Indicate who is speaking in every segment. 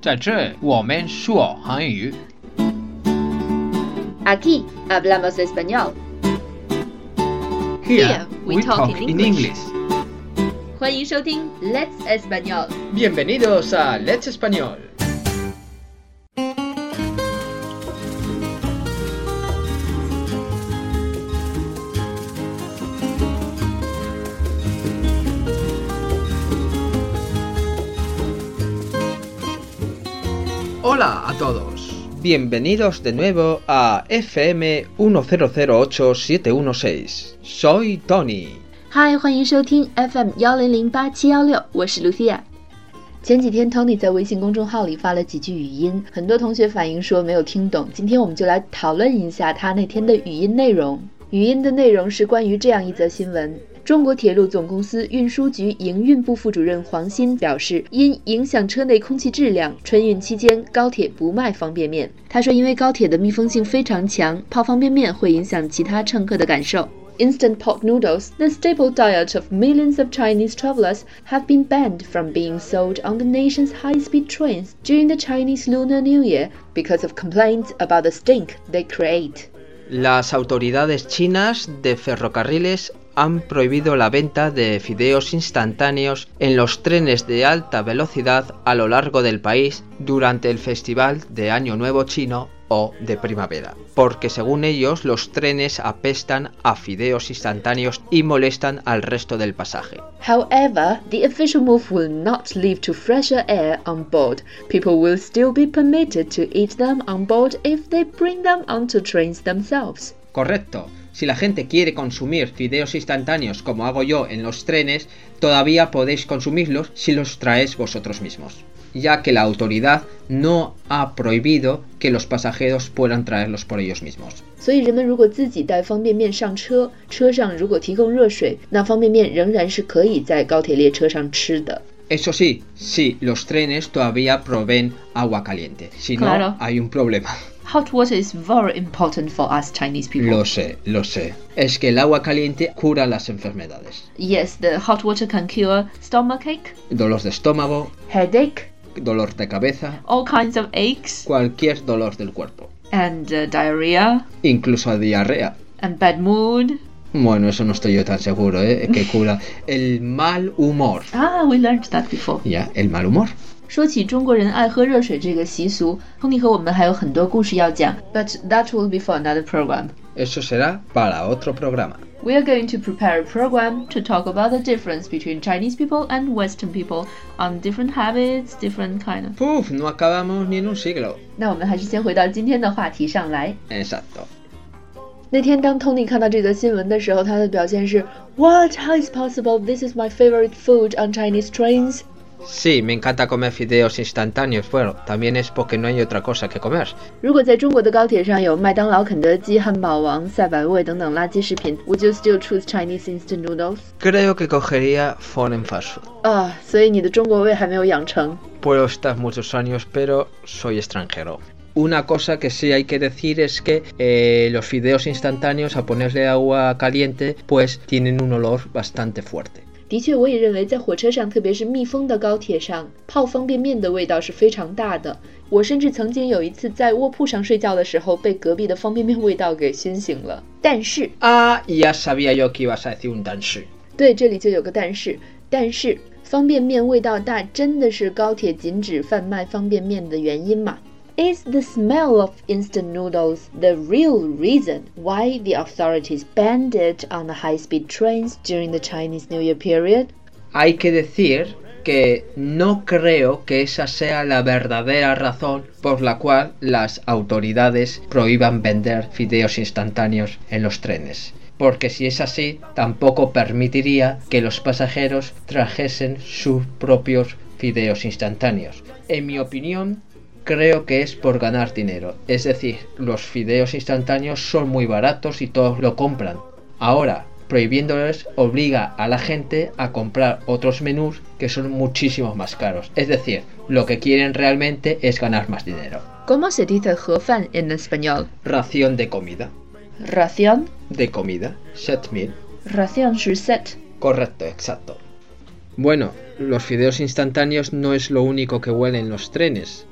Speaker 1: 在这，我们说韩语。
Speaker 2: Aquí hablamos español。
Speaker 3: Here we talk in English.
Speaker 2: 欢迎收听 Let's Español。
Speaker 3: Bienvenidos a Let's Español. Hola a todos. Bienvenidos de nuevo a FM 1008716. Soy Tony.
Speaker 2: 嗨，欢迎收听 FM 幺零零八七幺六，我是 Lucia。前几天 Tony 在微信公众号里发了几句语音，很多同学反映说没有听懂。今天我们就来讨论一下他那天的语音内容。语音的内容是关于这样一则新闻：中国铁路总公司运输局营运部副主任黄鑫表示，因影响车内空气质量，春运期间高铁不卖方便面。他说，因为高铁的密封性非常强，泡方便面会影响其他乘客的感受。Instant pot noodles, the staple diet of millions of Chinese travelers, have been banned from being sold on the nation's high speed trains during the Chinese Lunar New Year because of complaints about the stink they create.
Speaker 3: Las autoridades chinas de ferrocarriles han prohibido la venta de fideos instantáneos en los trenes de alta velocidad a lo largo del país durante el Festival de Año Nuevo Chino o de primavera, porque según ellos los trenes apestan a fideos instantáneos y molestan al resto del pasaje.
Speaker 2: However, the official move will not lead to fresher air on board. People will still be permitted to eat them on board if they bring them onto trains themselves.
Speaker 3: Correcto. Si la gente quiere consumir fideos instantáneos como hago yo en los trenes, todavía podéis consumirlos si los traéis vosotros mismos, ya que la autoridad no ha prohibido que los pasajeros puedan traerlos por ellos mismos.
Speaker 2: 所以人们如果自己带方便面上车，车上如果提供热水，那方便面仍然是可以在高铁列车上吃的。
Speaker 3: Eso sí, si los trenes todavía proveen agua caliente, si no
Speaker 2: Claro.
Speaker 3: hay un problema.
Speaker 2: Hot water is very important for us Chinese people.
Speaker 3: Lo sé, lo sé. Es que el agua caliente cura las enfermedades.
Speaker 2: Yes, the hot water can cure stomachache,
Speaker 3: Dolor de estómago,
Speaker 2: headache,
Speaker 3: dolor de cabeza,
Speaker 2: all kinds of aches,
Speaker 3: cualquier dolor del cuerpo,
Speaker 2: and uh, diarrhea,
Speaker 3: incluso diarrea.
Speaker 2: and bad mood.
Speaker 3: Bueno, eso no estoy yo tan seguro, ¿eh? Que cura el mal humor.
Speaker 2: Ah, we learned that before.
Speaker 3: Ya, el mal humor.
Speaker 2: 说起中国人爱喝热水这个习俗，Tony 和我们还有很多故事要讲，but that will be for another program.
Speaker 3: Eso será para otro programa.
Speaker 2: We are going to prepare a program to talk about the difference between Chinese people and Western people on different habits, different kind of.
Speaker 3: Puf, no acabamos ni en un siglo.
Speaker 2: 那我们还是先回到今天的话题上来。
Speaker 3: Exacto.
Speaker 2: 那天当 Tony 看到这则新闻的时候，他的表现是 What? How is possible? This is my favorite food on Chinese trains.
Speaker 3: Sí, me encanta comer fideos instantáneos. Bueno, también es porque no hay otra cosa que comer.
Speaker 2: 如果在中国的高铁上有麦当劳、肯德基、汉堡王、赛百味等等垃圾食品，Would you still choose Chinese instant noodles？
Speaker 3: Creo que cogería foreign fast food.
Speaker 2: 啊，所以你的中国胃还没有养成。
Speaker 3: Puedo estar muchos años, pero soy extranjero. Una cosa que sí hay que decir es que eh, los fideos instantáneos a ponerle agua caliente pues tienen un olor bastante fuerte.
Speaker 2: 的确，我也认为在火车上，特别是密封的高铁上，泡方便面的味道是非常大的。我甚至曾经有一次在卧铺上睡觉的时候，被隔壁的方便面味道给熏醒了。但是，
Speaker 3: Ah, ya sabía yo que ibas a decir un danshi.
Speaker 2: 对，这里就有个但是，但是方便面味道大真的是高铁禁止贩卖方便面的原因吗？Is the smell of instant noodles the real reason why the authorities banned it on the high-speed trains during the Chinese New Year period?
Speaker 3: Hay que decir que no creo que esa sea la verdadera razón por la cual las autoridades prohíban vender fideos instantáneos en los trenes. Porque si es así, tampoco permitiría que los pasajeros trajesen sus propios fideos instantáneos. En mi opinión, creo que es por ganar dinero. Es decir, los fideos instantáneos son muy baratos y todos lo compran. Ahora, prohibiéndoles obliga a la gente a comprar otros menús que son muchísimo más caros. Es decir, lo que quieren realmente es ganar más dinero.
Speaker 2: ¿Cómo se dice 盒饭 en español?
Speaker 3: Ración de comida.
Speaker 2: Ración,
Speaker 3: De comida. Set meal.
Speaker 2: ración 是 set。
Speaker 3: Correcto, exacto. Bueno, los fideos instantáneos no es lo único que huelen los trenes.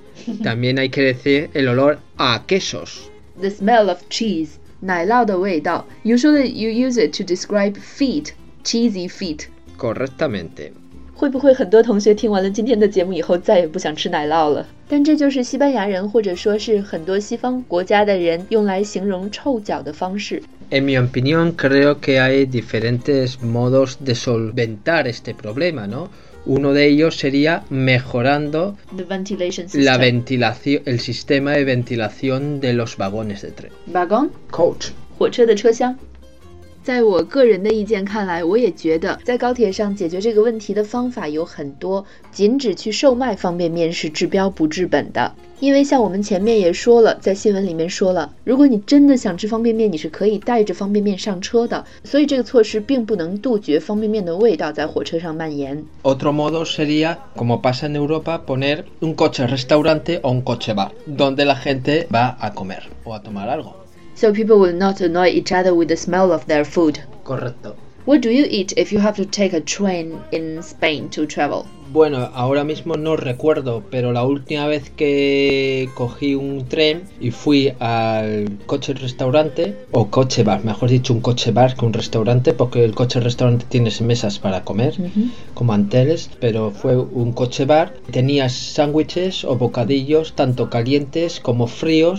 Speaker 3: También hay que decir el olor a quesos.
Speaker 2: The smell of cheese, 奶酪的味道. Usually you use it to describe feet, cheesy feet.
Speaker 3: Correctamente.
Speaker 2: 会不会很多同学听完了今天的节目以后，再也不想吃奶酪了？但这就是西班牙人或者说是很多西方国家的人用来形容臭脚的方式。
Speaker 3: En mi opinión, creo que hay diferentes modos de solventar este problema, ¿no? Uno de ellos sería mejorando
Speaker 2: The ventilation system.
Speaker 3: la ventilación, el sistema de ventilación de los vagones de tren.
Speaker 2: Wagon，
Speaker 3: Coach.
Speaker 2: 火车的车厢。在我个人的意见看来，我也觉得在高铁上解决这个问题的方法有很多，仅只去售卖方便面是治标不治本的。因为像我们前面也说了，在新闻里面说了，如果你真的想吃方便面，你是可以带着方便面上车的，所以这个措施并不能杜绝方便面的味道在火车上蔓延。
Speaker 3: Otro modo sería, como pasa en Europa, poner un coche restaurante o un coche bar, donde la gente va a comer o a tomar algo.
Speaker 2: So people will not annoy each other with the smell of their food.
Speaker 3: Correcto.
Speaker 2: What do you eat if you have to take a train in Spain to travel?
Speaker 3: Bueno, ahora mismo no recuerdo, pero la última vez que cogí un tren y fui al coche restaurante, o coche bar, mejor dicho, un coche bar que un restaurante, porque el coche restaurante tienes mesas para comer,
Speaker 2: Mm-hmm.
Speaker 3: como antes, pero fue un coche bar. Tenías sándwiches o bocadillos, tanto calientes como fríos.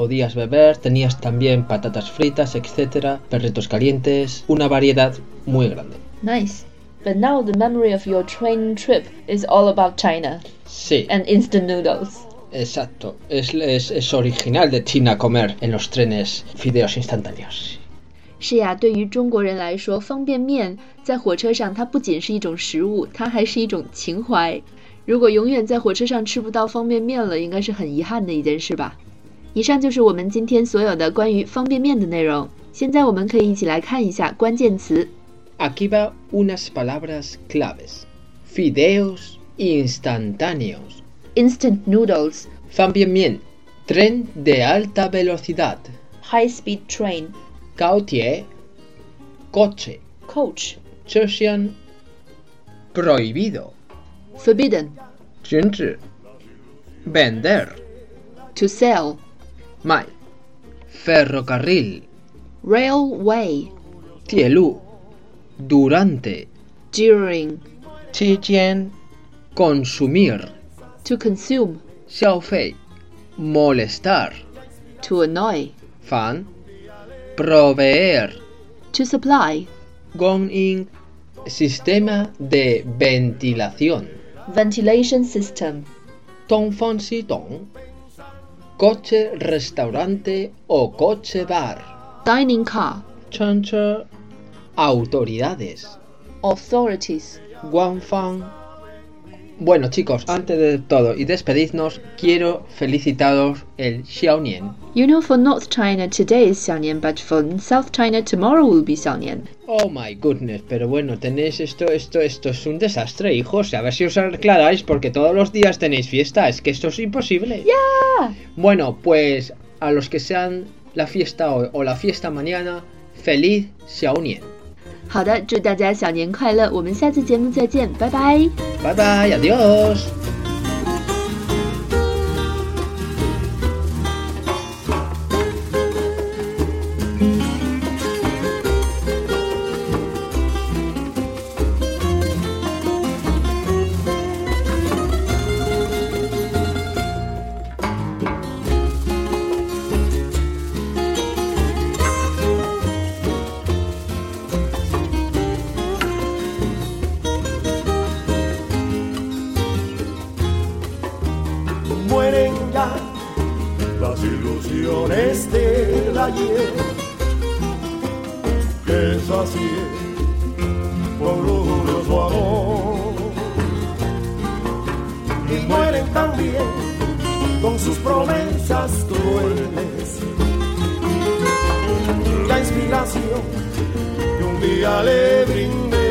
Speaker 3: Podías beber, tenías también patatas fritas, etcétera, perritos calientes, una variedad muy grande.
Speaker 2: Nice. But now the memory of your train trip is all about China
Speaker 3: Sí.
Speaker 2: and instant noodles.
Speaker 3: Exacto, es, es, es original de China comer en los trenes fideos instantáneos.
Speaker 2: 是呀，对于中国人来说，方便面在火车上它不仅是一种食物，它还是一种情怀。如果永远在火车上吃不到方便面了，应该是很遗憾的一件事吧。以上就是我们今天所有的关于方便面的内容。现在我们可以一起来看一下关键词
Speaker 3: Aquí va unas palabras claves. Fideos instantáneos.
Speaker 2: instant noodles、
Speaker 3: También bien, tren de alta velocidad.
Speaker 2: high speed train、
Speaker 3: Gautier, coche.
Speaker 2: coach、
Speaker 3: Chosian, prohibido.
Speaker 2: forbidden、
Speaker 3: Zhenzi, vender.
Speaker 2: to sell、
Speaker 3: Mai, ferrocarril.
Speaker 2: railway、
Speaker 3: Tielu, durante.
Speaker 2: during。
Speaker 3: Chichen, consumir,
Speaker 2: to consume,
Speaker 3: 消费, molestar,
Speaker 2: to annoy,
Speaker 3: fan, proveer,
Speaker 2: to supply,
Speaker 3: gong in, sistema de ventilación,
Speaker 2: ventilation system,
Speaker 3: tongfang si tong, coche restaurante o coche bar,
Speaker 2: dining car,
Speaker 3: chancha, autoridades,
Speaker 2: authorities.
Speaker 3: guanfang, bueno chicos, antes de todo y despedirnos, quiero felicitaros el Xiaonian
Speaker 2: You know, for North China today is Xiaonian, but for South China tomorrow will be Xiaonian.
Speaker 3: Oh my goodness, pero bueno, tenéis esto, esto, esto es un desastre, hijos. A ver si os aclaráis, porque todos los días tenéis fiesta, es que esto es imposible. Bueno, pues a los que sean la fiesta hoy o la fiesta mañana, feliz Xiaonian.
Speaker 2: 好的，祝大家小年快乐！我们下期节目再见，拜拜。
Speaker 3: Bye bye, adiós.
Speaker 4: mueren ya las ilusiones del ayer. Que sacié por su amor. Y mueren también con sus promesas crueles. La inspiración que un día le brindé.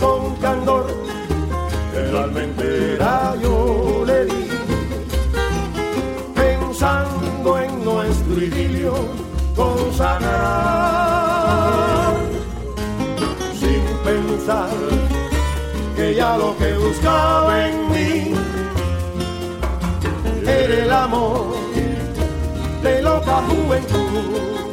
Speaker 4: Con candor el alma entera yo le di, pensando en nuestro idilio consagrar, sin pensar que ya lo que buscaba en mí esta juventud.